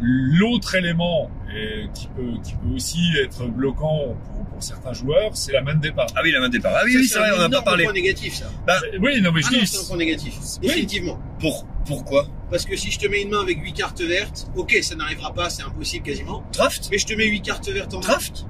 l'autre élément euh, qui peut qui peut aussi être bloquant pour, pour certains joueurs, c'est la main de départ.
Ah oui, la main de départ. Ah oui,
Ça,
oui, c'est vrai,
un
on n'a pas
énorme
parlé. Bah,
point négatif, ça.
Euh, Oui, non mais je
Ah non,
dis,
c'est un point négatif.
Oui.
Effectivement.
Pour, pourquoi
Parce que si je te mets une main avec 8 cartes vertes, ok, ça n'arrivera pas, c'est impossible quasiment.
Draft
Mais je te mets 8 cartes vertes en main.
Draft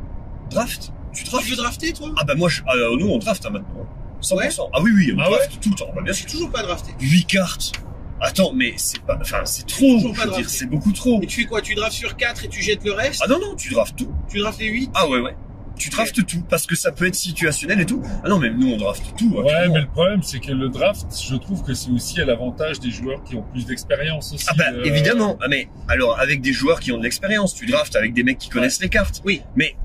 Draft Tu
Tu
draftes
veux drafter, toi
Ah bah moi, je, ah, euh, nous on draft hein, maintenant. 100%. Ah oui, oui, on
Ah
draft tout le temps. Bah, bien
Je
sûr.
suis toujours pas drafté.
8 cartes. Attends, mais c'est pas, enfin, c'est trop,
Toujours
je
pas
veux dire,
drafté.
c'est beaucoup trop.
Et tu fais quoi Tu draftes sur 4 et tu jettes le reste
Ah non, non, tu draftes tout.
Tu draftes les 8
Ah ouais, ouais. Tu draftes tout, parce que ça peut être situationnel et tout. Ah non, mais nous, on drafte tout. hein, tout
Ouais,
le
mais
monde.
le problème, c'est que le draft, je trouve que c'est aussi à l'avantage des joueurs qui ont plus d'expérience aussi.
Ah bah,
euh,
évidemment. Ah mais, alors, avec des joueurs qui ont de l'expérience, tu draftes avec des mecs qui connaissent les cartes.
Oui.
Mais,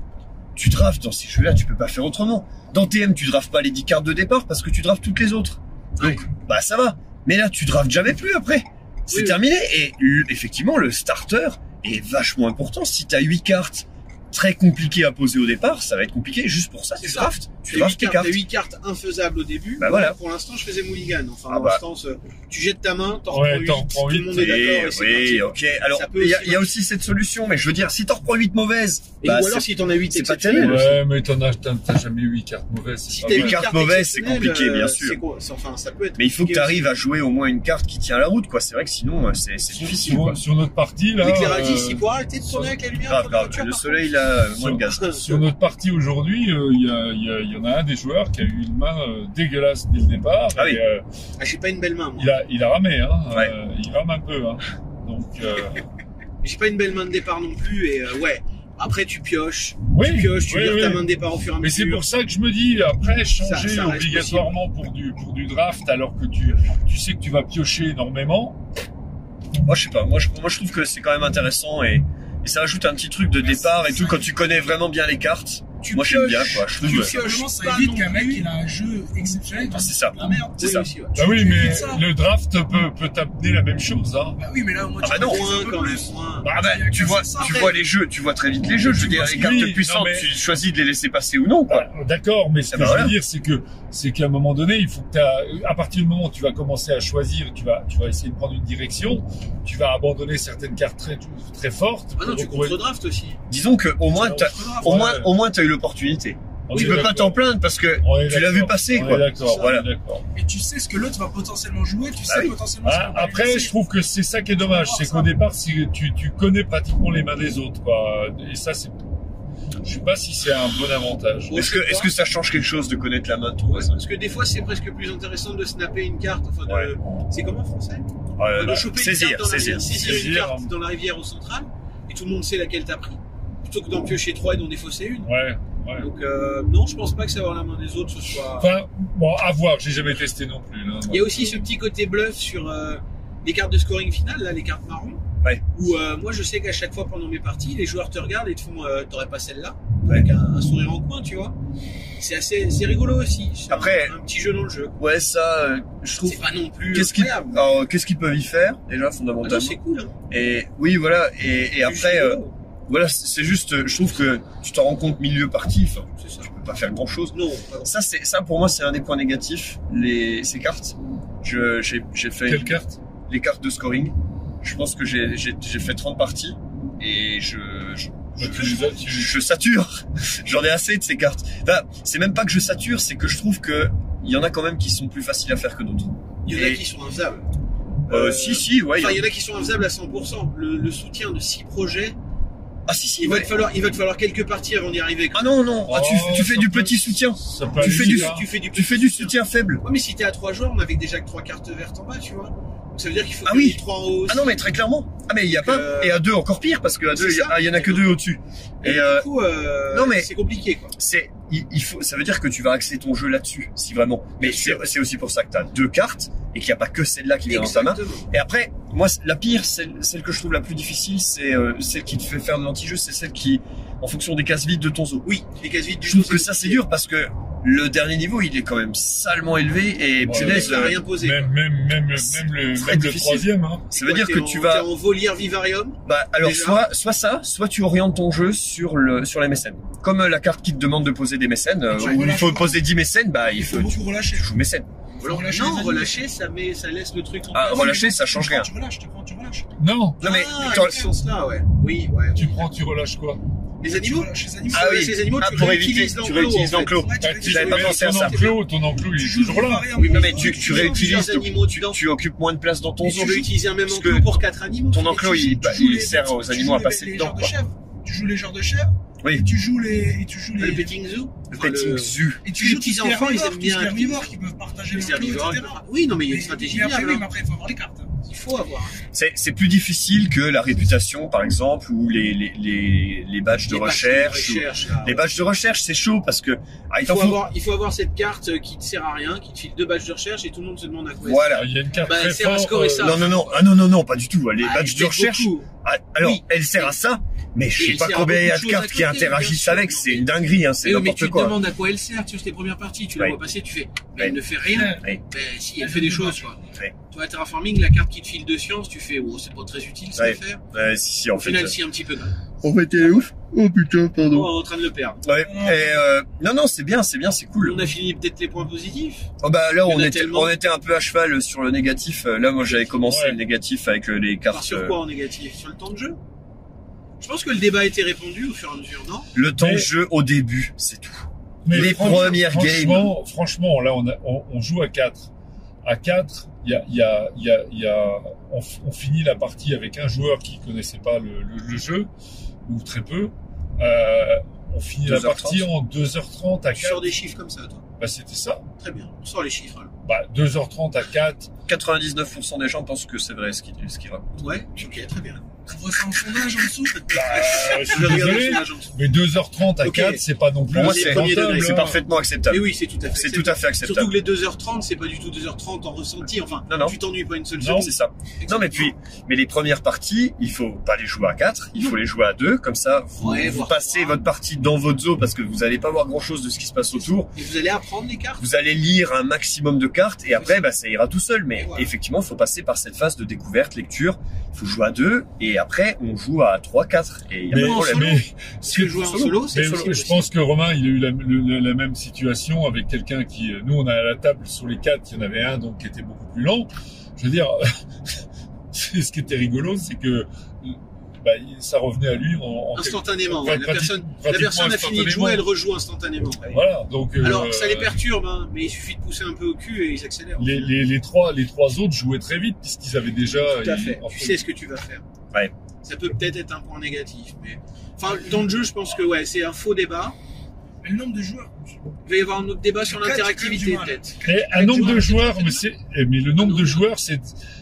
tu draftes dans ces jeux-là, tu peux pas faire autrement. Dans TM, tu draftes pas les 10 cartes de départ parce que tu draftes toutes les autres. Donc, bah, ça va. Mais là, tu draftes jamais plus après. C'est
Oui.
terminé. Et, l- effectivement, le starter est vachement important. Si t'as 8 cartes très compliquées à poser au départ, ça va être compliqué juste pour ça.
C'est
Tu
ça.
draftes, tu
T'as
draftes
8
tes
cartes,
cartes.
t'as huit cartes infaisables au début.
Bah voilà.
Pour l'instant, je faisais Mulligan. Enfin,
Ah
en
bah.
l'instance, euh, tu jettes ta main, t'en
Ouais, t'en
reprends 8,
reprends
tout
huit.
le monde est
Oui,
d'accord. et c'est
oui,
parti.
ok. Alors,
Ça peut
il y, a-
aussi
il y a aussi cette solution, mais je veux dire, si t'en reprends 8 mauvaises,
Et
bah,
ou alors,
c'est-
si t'en as 8,
c'est pas
exceptionnelles.
terrible.
Ouais, mais t'en as, t'as t'as jamais eu 8 cartes mauvaises. c'est
Si
pas
t'as
mal.
une
cartes
carte
mauvaises, c'est
exceptionnelle,
compliqué, bien
euh,
sûr.
c'est quoi Enfin, ça peut être.
mais il faut que
compliqué
tu
aussi.
arrives à jouer au moins une carte qui tient la route, quoi. C'est vrai que sinon, euh, c'est c'est
Sur,
difficile. quoi.
sur, sur notre partie, là.
L'éclairagiste,
euh,
il pourra arrêter de tourner avec la lumière.
Grave,
pour
grave.
voiture,
Le
par
soleil, là, euh, moins de gaz.
contre.
Sur notre partie aujourd'hui, euh, il y, a- il y a- il y en a un des joueurs qui a eu une main euh, dégueulasse dès le départ.
Ah oui.
et, euh,
Ah, j'ai pas une belle main, moi.
il, a, il a ramé, hein.
Ouais.
euh, il rame un peu, hein. Donc, euh,
J'ai pas une belle main de départ non plus, et euh, ouais. Après, tu pioches,
oui,
tu pioches, tu
oui,
vires
oui.
ta main de départ au fur et à
Mais c'est
mesure.
pour ça que je me dis, après, changer
Ça- ça reste
obligatoirement pour du, pour du draft, alors que tu, tu sais que tu vas piocher énormément.
Moi, je sais pas. Moi, je, moi, je trouve que c'est quand même intéressant et, et ça ajoute un petit truc de départ et tout quand tu connais vraiment bien les cartes.
Tu
Moi, j'aime bien,
pioches,
quoi. Je
Tu
trouve.
pioches
Simplement, ça
pas
évite
non
qu'un mec
plus.
il a un jeu exceptionnel.
Ah, C'est ça.
Ah merde.
C'est
Oui,
ça.
aussi, ouais.
Bah oui,
tu
mais
fais ça.
le draft peut, peut t'amener la même chose, hein.
Bah oui, mais là au moins
Ah
tu
bah non.
peux faire un
Point
peu
quand même,
plus.
point.
Bah, bah,
Il y a
Ah ben, Tu
que
vois,
ça,
tu
après.
vois les jeux, tu vois très vite les jeux. Je veux dire,
vois-
les cartes
oui, non,
puissantes,
mais-
tu choisis de les laisser passer ou non, quoi.
Ah, D'accord, mais ce
Ah
que
bah
je
voilà.
veux dire, c'est que c'est qu'à un moment donné, il faut que t'as- à partir du moment où tu vas commencer à choisir, tu vas, tu vas essayer de prendre une direction, tu vas abandonner certaines cartes très, très fortes.
Ah non, tu
Pour- pour-
contre-drafts aussi.
Disons que au moins, t'as, au
Ouais.
moins, au moins, t'as eu l'opportunité.
Ah
On
Tu
est
peux pas
d'accord.
t'en plaindre parce que
On est
tu l'as
d'accord.
vu passer,
On
quoi.
est d'accord,
Voilà.
on est d'accord.
Et tu sais ce que l'autre va potentiellement jouer, tu
Ah
sais
oui.
potentiellement ce
Ah,
qu'on va lui
après,
laisser.
je trouve que c'est ça qui est dommage, c'est qu'au départ, c'est- tu, tu connais pratiquement les mains des autres, quoi. Et ça, c'est, je sais pas si c'est un bon avantage.
Ouais,
Est-ce que,
je sais
est-ce
pas.
que ça change quelque chose de connaître la main de ton voisin
Parce que des fois, c'est presque plus intéressant de snapper une carte. Enfin, de-
Ouais.
c'est comment en français
Euh,
Enfin,
bah,
De choper une
Saisir,
carte dans la
saisir.
rivière, saisir une
Saisir,
carte
hein.
dans la rivière au central, et tout le monde sait laquelle t'as pris. Plutôt que d'en piocher trois et d'en défausser une.
Ouais, ouais.
Donc, euh, non, je pense pas que savoir la main des autres, ce soit.
Enfin, bon, à voir, j'ai jamais testé non plus, hein, là.
Il y a aussi ce petit côté bluff sur euh, les cartes de scoring finale, là, les cartes marron.
Ouais.
Où euh, moi, je sais qu'à chaque fois pendant mes parties, les joueurs te regardent et te font euh, T'aurais pas celle-là
Ouais.
Avec un, un sourire en coin, tu vois. C'est assez c'est rigolo aussi. C'est un-
Après-
Un, petit jeu dans le jeu.
Ouais, ça, euh, je trouve.
C'est pas non plus.
Qu'est-ce qu'ils,
incroyable.
alors, euh, qu'est-ce qu'ils peuvent y faire déjà
Ah non,
fondamentalement
c'est cool. hein.
Et oui, voilà. Et, et après,
C'est
euh,
rigolo.
voilà, c'est c'est juste, euh, je trouve que tu t'en rends compte milieu parti, enfin,
C'est ça.
tu peux pas faire grand chose.
Non, pas
Ça, c'est ça pour moi, c'est un des points négatifs. Les ces cartes, je j'ai j'ai fait
Quelle carte?
les cartes de scoring. Je pense que j'ai j'ai j'ai fait 30 parties et je je,
Bah,
je,
tu les as- tu-
je sature. J'en ai assez de ces cartes. Enfin, c'est même pas que je sature, c'est que je trouve que il y en a quand même qui sont plus faciles à faire que d'autres.
Il y en a
Et-
qui sont infaisables.
Euh,
Euh,
si, si, ouais. il y en
Enfin,
a-
il y en a qui sont infaisables à 100%. Le, le soutien de 6 projets,
Ah si, si,
il,
ouais.
va te falloir, il va te falloir quelques parties avant d'y arriver. quoi.
Ah non, non, ah, tu,
Oh,
tu fais
ça
du
peut-
petit soutien.
ça peut
tu
aller
fais du-
vite, hein.
tu fais du,
Ah. Tu fais du soutien faible.
Ouais, mais si t'es à 3 joueurs, on avait déjà que 3 cartes vertes en bas, tu vois. Donc ça veut dire qu'il faut
Ah
que
oui.
les 3 en haut.
Ah non, mais très clairement. Ah mais il y a
Donc,
pas.
euh,
Et à deux encore pire parce que à deux,
c'est
il y a-
ça.
ah, il y en a que deux au-dessus. Et euh,
du coup, euh,
non, mais-
c'est compliqué, quoi.
c'est, il, il faut, ça veut dire que tu vas axer ton jeu là-dessus, si vraiment. Mais c'est c'est aussi pour ça que t'as deux cartes et qu'il n'y a pas que celle-là qui vient dans ta main.
Exactement.
Et après, moi, c'est- la pire, celle, celle que je trouve la plus difficile, c'est euh, celle qui te fait faire de l'anti-jeu, c'est celle qui, en fonction des cases vides de ton zoo.
Oui, les cases vides du
Je trouve
tout,
que ça c'est dur parce que le dernier niveau, il est quand même salement élevé et
Ouais,
punaise,
Il n'a
euh,
rien posé.
Même, même, même,
C'est
même le,
très
même le
difficile.
troisième, hein.
ça veut dire
T'es
que
en-
tu vas
T'es en volière vivarium.
Bah alors
Déjà.
soit soit ça, soit tu orientes ton jeu sur le sur les mécènes. Comme euh, la carte qui te demande de poser des mécènes, euh,
Et tu
où il
relâches.
faut poser 10 mécènes, bah il
Il faut
faut tu
beaucoup relâcher.
joues mécène.
Alors,
relâcher les
non,
animaux.
relâcher, ça, met, ça laisse le truc en
Ah,
place.
relâcher, ça change rien.
Tu relâches, tu prends, tu relâches.
Non,
Non mais
ah,
quand-
dans ce sens-là, ouais. Oui, ouais.
tu prends, tu relâches quoi
Les
Tu
animaux
relâches les animaux.
Ah oui.
Ces animaux,
Ah,
tu
pour éviter,
réutilises
tu
l'enclos,
réutilises
en fait.
l'enclos.
Ouais, tu
Bah, tu-
réutilises-
j'avais pas
mais
pensé à
ton
ça.
enclos, ton enclos, il
tu
est
joues
toujours là.
pareil,
Oui,
mais
non
tu-
mais tu, tu
joues-
réutilises,
les animaux
donc, tu,
dedans.
tu occupes moins de place dans ton
Et
jeu.
tu veux utiliser un même
Parce
enclos
que
pour quatre animaux
Ton
tu
enclos,
joues-
il,
tu
bah,
joues
il
les-
sert aux
tu
animaux
joues
à
les-
passer
les
dedans.
genres de
Quoi.
chèvres. Tu joues les genres de chèvres.
Oui.
Et tu joues les, et tu joues les,
Le petting zoo
Le
Enfin,
petting
le-
zoo.
et tu
les
joues tous
petits
ces
enfants, ils
herbivores,
aiment
tous
bien-
ces herbivores qui peuvent partager
les
les
herbivores.
etc.
Oui de- Oui, non, mais il y a
Mais-
une stratégie
mais bah, après,
viable,
oui,
hein.
mais après, il faut avoir les cartes.
Il faut avoir.
C'est c'est plus difficile que la réputation par exemple ou les les les, les badges de
Les bâches
recherche. ou-
recherche, là,
Les
ouais.
badges de recherche, c'est chaud parce que ah, il
il
t'en
faut,
faut.
avoir, il faut avoir cette carte qui ne sert à rien, qui te file deux badges de recherche et tout le monde se demande à quoi elle
Voilà.
Ah, Il y a une carte
Bah,
très
c'est un
forte. euh,
score et ça.
Non non non, ah non non non, pas du tout. Les
sert. Ah,
badges
elle
de
aide
recherche.
beaucoup.
Ah, Alors,
Oui.
elle sert à ça, mais je
Et
sais
il
pas
sert à
combien il y a
beaucoup de
de
choses à
cartes qui
côté, bien
interagissent
sûr.
avec, c'est une dinguerie, hein, c'est
Eh Oui, mais
n'importe
tu te
quoi.
demandes à quoi elle sert sur les premières parties. Tu la
Ouais.
vois passer, tu fais. Mais
Ouais.
elle ne fait rien.
Ouais.
Ben, si, elle fait des choses, quoi.
Ouais.
Tu vois, Terraforming, la carte qui te file de science, tu fais, oh, c'est pas très utile, ça
Ouais.
à faire.
Ouais, Eh, si, si, en
Au
fait.
final, si, un petit peu. quand même.
En fait, elle est ouf. Oh putain,
On est
pardon.
en train de le perdre.
Ouais. Et, euh, non, non, c'est bien, c'est bien, c'est cool.
On a fini peut-être les points positifs.
Oh, bah, là,
Il y en
on
a
était,
tellement.
on était un peu à cheval sur le négatif. Euh, Là, moi, j'avais commencé
Ouais.
le négatif avec euh, les
Par
cartes.
sur
euh,
quoi en négatif Sur le temps de jeu Je pense que le débat a été répondu au fur et à mesure, non
Le temps de
Mais-
jeu au début, c'est tout.
Mais
Les
franch-
premières
franchement, Franchement, là, on, a- on, on joue à 4. À 4, il y a, il y a, il y a, il y a- on, f- on finit la partie avec un joueur qui connaissait pas le, le- le jeu, ou très peu. Euh, on finit la
2h30.
partie en 2h30 à
Tu sors
4.
des chiffres comme ça, toi.
Bah, c'était ça.
Très bien, on sort les chiffres. alors.
Bah, 2h30 à 4.
99% des gens pensent que c'est vrai ce qu'il ce qu'il raconte.
Ouais, ok, très bien.
On voit ça en sondage en dessous.
Euh, je suis
Je regarde
désolé,
son agence.
mais 2h30 à
Ok.
4, c'est pas non plus.
Pour moi,
c'est
c'est
premier
rentable,
degré,
C'est
hein.
parfaitement
Mais
acceptable.
oui, c'est tout à fait.
C'est tout à fait
Surtout
acceptable.
que les 2h30, c'est pas du tout 2h30 en ressenti. Enfin,
Non, non.
tu t'ennuies pas une seule
Non,
seconde.
c'est ça. Non, mais puis, mais les premières parties, il faut pas les jouer à 4, il faut les jouer à 2, comme ça, vous,
Ouais,
vous
voire
passez
trois.
votre partie dans votre zoo parce que vous allez pas voir grand chose de ce qui se passe autour.
Et vous allez apprendre les cartes
Vous allez lire un maximum de cartes et après, bah, ça ira tout seul. Mais
Voilà.
effectivement, il faut passer par cette phase de découverte, lecture. Il faut jouer à 2 et après, on joue à 3, 4 et il y a
Mais,
pas de problème.
mais-
Parce que jouer en solo, c'est
Mais
solo.
je pense que Romain, il a eu la, le- le- la même situation avec quelqu'un qui, euh, nous, on a à la table sur les quatre, il y en avait un donc qui était beaucoup plus lent. Je veux dire, c'est- ce qui était rigolo, c'est que euh, bah, il- ça revenait à lui en, en
Instantanément,
quelque-
ouais. la,
prati-
personne, la
pratiquement
personne a fini de
instantanément.
jouer, elle rejoue instantanément.
Voilà, donc euh,
Alors, ça les perturbe, hein, mais il suffit de pousser un peu au cul et ils accélèrent.
les, les- les trois, les trois autres jouaient très vite puisqu'ils avaient déjà.
Tout à
ils-
fait.
en
Tu
fait,
sais ce que tu vas faire.
Ouais.
Ça peut peut-être être un point négatif, mais enfin, dans le jeu, je pense que ouais, c'est un faux débat.
Mais le nombre de joueurs.
Il va y avoir un autre débat sur
Quatre, j'ai
l'interactivité
quand même du mal.
peut-être.
Mais un nombre de joueurs, mais
c'est
c'est, eh, mais le nombre de joueurs, c'est,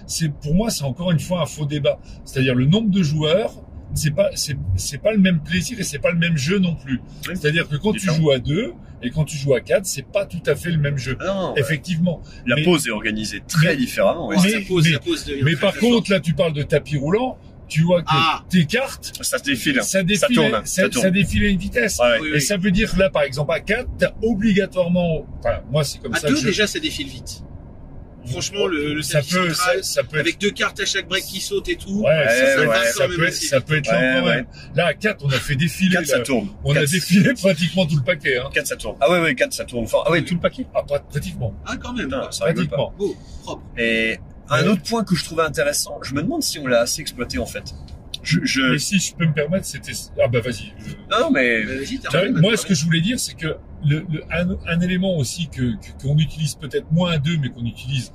c'est pour moi, c'est encore une fois un faux débat. C'est-à-dire le nombre de joueurs, c'est pas, c'est, c'est pas le même plaisir et c'est pas le même jeu non plus.
Oui.
C'est-à-dire que quand tu
Différent.
joues à deux et quand tu joues à quatre, c'est pas tout à fait le même jeu.
Ah non, ouais.
Effectivement.
La
mais-
pause est organisée très
mais-
différemment. hein. ouais.
mais-
la pause,
mais-
la pause devient
Mais
très,
par
très forte.
contre, là, tu parles de tapis roulant. Tu vois que
Ah.
tes cartes,
Ça se défile.
ça défile,
tourne,
ça,
ça tourne. Ah,
ça défile à une vitesse.
Ouais, ouais.
Oui,
Et
oui.
ça veut dire que là, par exemple, à 4, t'as obligatoirement, enfin, moi, c'est comme
à
ça
deux
que je-
déjà, ça défile vite. Franchement, le, le
ça
tapis
peut,
central,
ça, ça peut être
avec deux cartes à chaque break qui saute et tout.
Ouais, ça,
ouais,
ça-
ouais.
ça peut être, ça peut être lent
Ouais,
quand même. Là, à 4, on a fait défiler.
4, ça
là.
tourne.
euh, On a
Quatre-
défilé pratiquement tout le paquet. Hein.
4, ça tourne. Ah ouais, ouais, 4, ça tourne fort. Ah ouais, tout le paquet.
Ah, pra- pratiquement.
Ah, quand même.
Putain,
quoi.
ça rigole pas.
Pratiquement.
Beau, propre.
Et un
Ouais.
autre point que je trouvais intéressant, je me demande si on l'a assez exploité en fait. Je, je...
Mais si je peux me permettre, c'était. Ah, bah vas-y. je-
Non, non, mais
Euh, vas-y,
Ah,
Tiens,
termine,
Moi,
bah,
maintenant.
ce que je voulais dire, c'est que le, le- un, un élément aussi que que- qu'on utilise peut-être moins à deux, mais qu'on utilise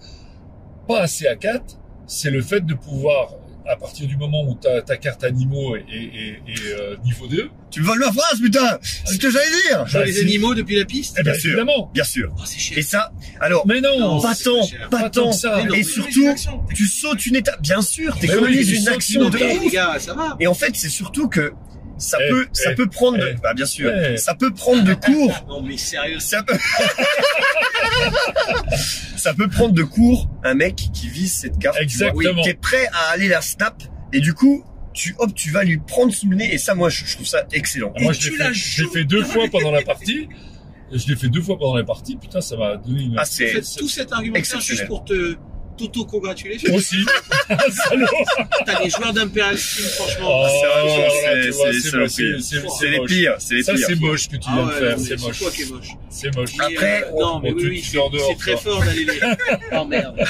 pas assez à 4, c'est le fait de pouvoir, à partir du moment où ta, ta carte animaux est, est- est- est, euh, niveau 2,
tu me voles ma phrase, putain C'est ce que j'allais dire
Sur
bah,
les
c'est-
animaux depuis la piste
Eh ben,
Bien sûr.
évidemment.
Bien sûr.
Oh, c'est cher.
Et ça, alors,
Mais non,
Non,
pas
c'est
tant,
pas cher.
pas
Pas tant
tant
que ça.
Et
Mais
surtout, tu sautes une étape. Bien sûr,
oui,
t'économises
tu
une
sautes
action
une
de
étape.
Eh, les
ouf.
gars, ça va.
Et en fait, c'est surtout que ça
Eh,
peut, ça
eh,
peut prendre, de-
eh.
bah bien sûr,
Eh.
ça peut prendre de cours
Non, mais sérieux.
Ça peut... ça peut prendre de court un mec qui vise cette carte. tu vois,
Exactement.
qui est prêt à aller la snap. Et du coup, tu, hop, tu vas lui prendre sous le nez. Et ça, moi, je, je trouve ça excellent.
Ah, moi,
Et
je
tu
l'ai
la
fait, je l'ai
joues.
fait deux fois pendant la partie. Et je l'ai fait deux fois pendant la partie, putain, ça m'a donné une...
Ah, c'est-
Faites tout cet argumentaire
exceptionnel.
juste pour te t'auto-congratuler.
Aussi Un salaud
T'as les joueurs d'Imperial Steam, franchement. Ah,
Oh,
c'est Oh, vrai,
voilà,
c'est-
tu vois,
c'est-
c'est
c'est le pire.
moche, c'est- c'est
C'est les
moche.
pires, c'est les
Ça, c'est
pires.
moche que tu viens de
Ah ouais,
faire,
non, mais
c'est moche.
toi qui es moche.
C'est moche.
Mais,
Après,
euh, non, mais
on- on
oui,
te
oui,
tue en
c'est-
dehors,
c'est très
toi.
fort d'aller lire. Oh merde.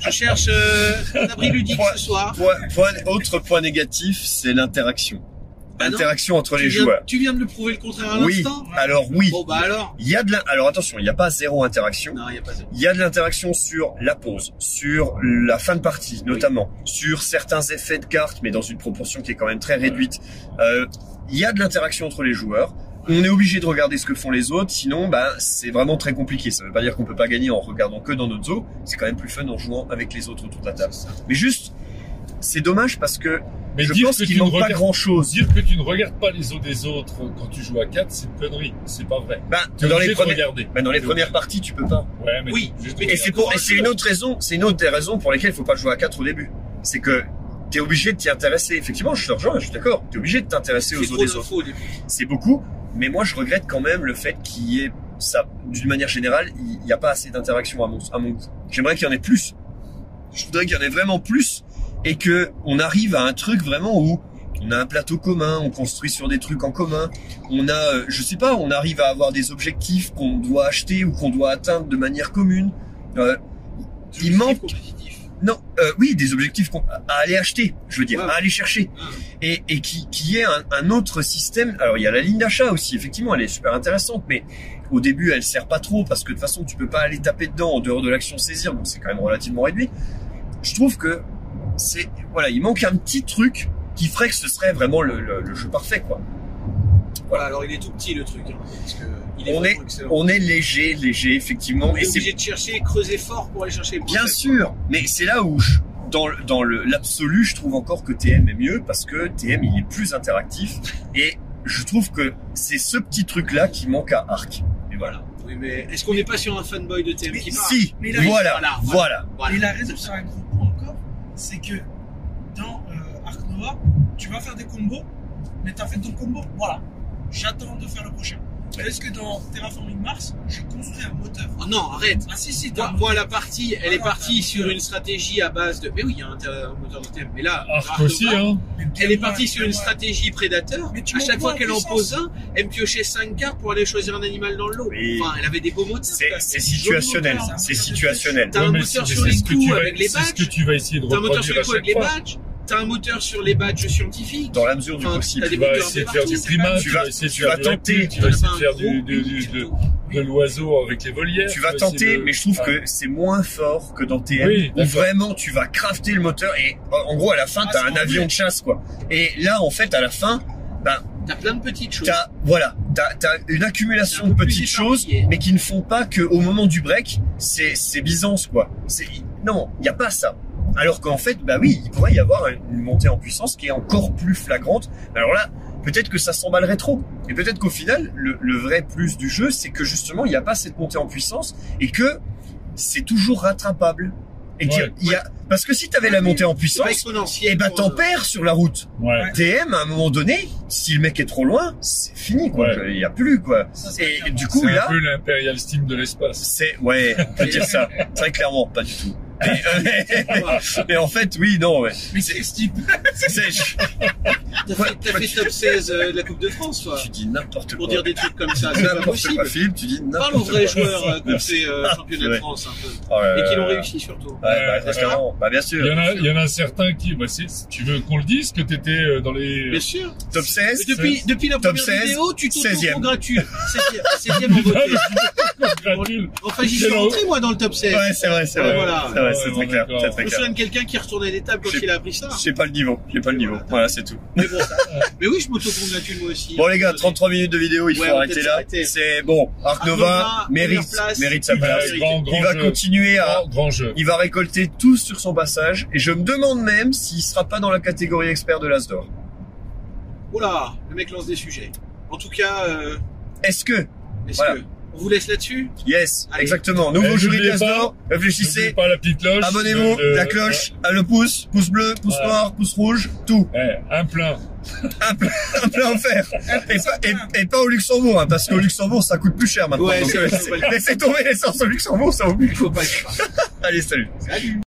Je cherche euh, un abri ludique ce soir.
Point- point- autre point négatif, c'est l'interaction.
Bah non,
L'interaction entre
tu,
les
viens,
joueurs.
tu viens de me prouver le contraire à
Oui,
l'instant.
alors oui.
Bon bah alors.
Il y a de la... Alors attention, il n'y a pas zéro interaction.
Non, il a pas ça.
Il y a de l'interaction sur la pause, sur la fin de partie notamment, sur certains effets de cartes, mais dans une proportion qui est quand même très réduite. Euh, il y a de l'interaction entre les joueurs. On est obligé de regarder ce que font les autres, sinon ben, c'est vraiment très compliqué. Ça veut pas dire qu'on peut pas gagner en regardant que dans notre zoo. C'est quand même plus fun en jouant avec les autres autour de la table. Mais juste, c'est dommage parce que
Mais
je
dire
pense
que
qu'il
tu ne
manque pas
regardes
grand chose.
Dire que tu ne regardes pas les os des autres quand tu joues à 4, c'est une connerie. C'est pas vrai.
Ben,
Tu es
dans
obligé
les
de
premières,
regarder.
ben, dans les
T'es
premières parties, tu peux pas.
obligé. Ouais, mais
Oui,
t'es obligé de
Et
regarder.
c'est pour, et c'est une autre raison, c'est une autre des raisons pour lesquelles il faut pas jouer à 4 au début. C'est que t'es obligé de t'y intéresser. Effectivement, je te rejoins, je suis d'accord. T'es obligé de
C'est
t'intéresser aux autres
trop
des autres.
d'infos au début.
C'est beaucoup, mais moi je regrette quand même le fait qu'il y ait ça. D'une manière générale, il n'y a pas assez d'interaction à mon, à mon goût. J'aimerais qu'il y en ait plus. Je voudrais qu'il y en ait vraiment plus et que on arrive à un truc vraiment où on a un plateau commun, on construit sur des trucs en commun, on a, euh, je sais pas, on arrive à avoir des objectifs qu'on doit acheter ou qu'on doit atteindre de manière commune. Euh, il manque
C'est compétitif.
non, euh, oui, des objectifs qu'on- à aller acheter, je veux dire,
Ouais.
à aller chercher, et, et qui, qui est un, un autre système. Alors il y a la ligne d'achat aussi, effectivement, elle est super intéressante, mais au début elle sert pas trop parce que de toute façon tu peux pas aller taper dedans en dehors de l'action saisir, donc c'est quand même relativement réduit. Je trouve que c'est voilà, il manque un petit truc qui ferait que ce serait vraiment le, le- le jeu parfait quoi.
Voilà, alors il est tout petit le truc. hein, parce que il est
On
vraiment excellent.
On est léger, léger effectivement,
On
et
est
c'est
obligé de chercher, creuser fort pour aller chercher. les
Bien
prophètes.
sûr, mais c'est là où, je- dans, le- dans le- l'absolu, je trouve encore que TM est mieux parce que TM il est plus interactif et je trouve que c'est ce petit truc là qui manque à Arc. Et voilà.
Oui, mais est-ce qu'on n'est pas sur un fanboy de TM qui parle
si,
mais là,
voilà,
voilà,
voilà,
Voilà.
Et la raison sur un gros point encore, c'est que dans euh, Ark Nova, tu vas faire des combos, mais t'as fait ton combo, voilà. J'attends de faire le prochain. Parce que dans Terraforming Mars, je construis un moteur.
Oh non, arrête.
Ah si, si,
Moi,
t'as
moi, la partie, elle est
Voilà,
partie
t'as-
sur une stratégie à base de. Mais oui, il y a un, inter- un moteur de TM. Mais là,
Arc
Arnova,
aussi, hein.
Mais
Elle est
bien
partie
loin,
sur une
bien loin.
stratégie prédateur.
Mais tu
À
m'en
chaque
vois
fois qu'elle en
puissance.
pose un, elle me piochait 5 cartes pour aller choisir un animal dans le lot.
Oui.
Enfin, elle avait des beaux mots de
C'est, c'est situationnel, c'est situationnel.
T'as
Ouais,
un
mais
moteur
c'est-
sur
c'est
les
ce que tu
coups
vas-
avec les
C'est ce que
badges.
tu vas essayer de
T'as un moteur sur
reproduire
les
à
coups avec
chaque
les
fois.
badges. T'as un moteur sur les badges scientifiques.
Dans la mesure du
Enfin,
possible.
t'as des
Tu vas
moteurs
essayer de
de
faire du
partout, c'est pas-
primate,
tu
tu
vas-
vas essayer de
tu
faire
vas
du reptile,
tenter.
tu vas essayer de faire
T'as un
du, du,
gros
du-
pic,
de,
tout.
de l'oiseau avec les volières.
Tu vas
essayer
tenter,
de-
mais je trouve
Ah.
que c'est moins fort que dans TM.
Oui,
où
d'accord.
vraiment, tu vas crafter le moteur et en gros, à la fin,
Ah,
t'as
c'est
un avion
horrible.
de chasse, quoi. Et là, en fait, à la fin,
T'as plein de petites choses.
T'as voilà, t'as t'as une accumulation
C'est un
de
peu plus
petites choses,
éparpillé.
mais qui ne font pas que au moment du break, c'est c'est Byzance quoi. C'est non, il y a pas ça. Alors qu'en fait, bah oui, il pourrait y avoir une montée en puissance qui est encore plus flagrante. Alors là, peut-être que ça s'emballerait trop, et peut-être qu'au final, le, le vrai plus du jeu, c'est que justement, il n'y a pas cette montée en puissance et que c'est toujours rattrapable. Et qu'il y a-
Ouais.
il y a parce que si t'avais la montée en
C'est pas
puissance,
exponentiel.
eh ben
pour,
t'en
euh,
perds sur la route.
Ouais.
TM, à un moment donné, si le mec est trop loin, c'est fini, quoi.
Ouais.
Il y a plus, quoi.
Ça, c'est
Et
clair.
du coup,
C'est un
là,
peu l'Imperial Steam de l'espace.
c'est, ouais, on peut dire ça. Très clairement, pas du tout. Mais, euh, mais en fait, oui, non, ouais.
Mais c'est ce type.
C'est- je-
T'as
Ouais,
fait, t'as fait top 16 euh, de la Coupe de France, toi.
tu dis n'importe
Pour
quoi.
dire des trucs comme ça. C'est pas
n'importe quoi,
possible.
Philippe, tu dis
Parle aux
n'importe quoi.
vrais joueurs euh, qu'on fait euh,
Ah,
championnat de
ouais.
France un peu.
Oh là
Et qui
là
l'ont
là.
réussi surtout.
Ouais, bah,
Ouais,
très clairement. Bah, bien
Il y,
sûr.
en a, il y en a certains qui, bah, c'est- tu veux qu'on le dise, que t'étais euh, dans les,
Bien sûr.
Top 16.
Mais depuis, depuis la
Top
première
16,
vidéo, tu t'auto-congratules.
16e.
16e, 16e en beauté.
Gratule.
Enfin, j'y suis rentré, moi, dans le top 16.
Ouais, c'est vrai, c'est
Ouais,
vrai.
voilà.
C'est vrai,
Ouais,
c'est
ouais,
très clair.
d'accord.
C'est
Je
très
me
clair.
souviens de quelqu'un qui retournait des tables quand
J'ai-
il a appris ça.
J'ai pas le niveau. J'ai pas le niveau. Voilà, c'est tout.
Mais bon, ça- mais oui, je m'autocongratule moi aussi.
Bon les gars, 33 minutes de vidéo, il faut
Ouais, on peut
arrêter
peut-être
là.
s'arrêter.
C'est bon, Arc
Arc Nova,
Nova mérite,
première place.
mérite sa
Oui, bah,
place.
oui.
grand, grand
Il va
jeu.
continuer à,
Grand, grand jeu.
il va récolter tout sur son passage et je me demande même s'il sera pas dans la catégorie expert de l'Asdor.
Oula, le mec lance des sujets. En tout cas, euh,
Est-ce que
est-ce
Voilà.
que on vous laisse là-dessus
Yes,
Allez.
exactement. Nouveau
Eh,
jury de
n'oubliez
l'Asdor.
N'oubliez
Réfléchissez.
pas la petite loge.
Abonnez-vous.
le- le-
La cloche, ah, le pouce, pouce bleu, pouce
Ouais.
noir, pouce rouge, tout.
Eh, un plein.
un plein offert. Et pas, et, et pas au Luxembourg, hein, parce qu'au Luxembourg, ça coûte plus cher maintenant.
Ouais,
Donc,
c'est-
euh,
c'est-
laissez tomber l'essence au Luxembourg, ça vaut plus.
Il faut pas le faire.
Allez, salut.
Salut.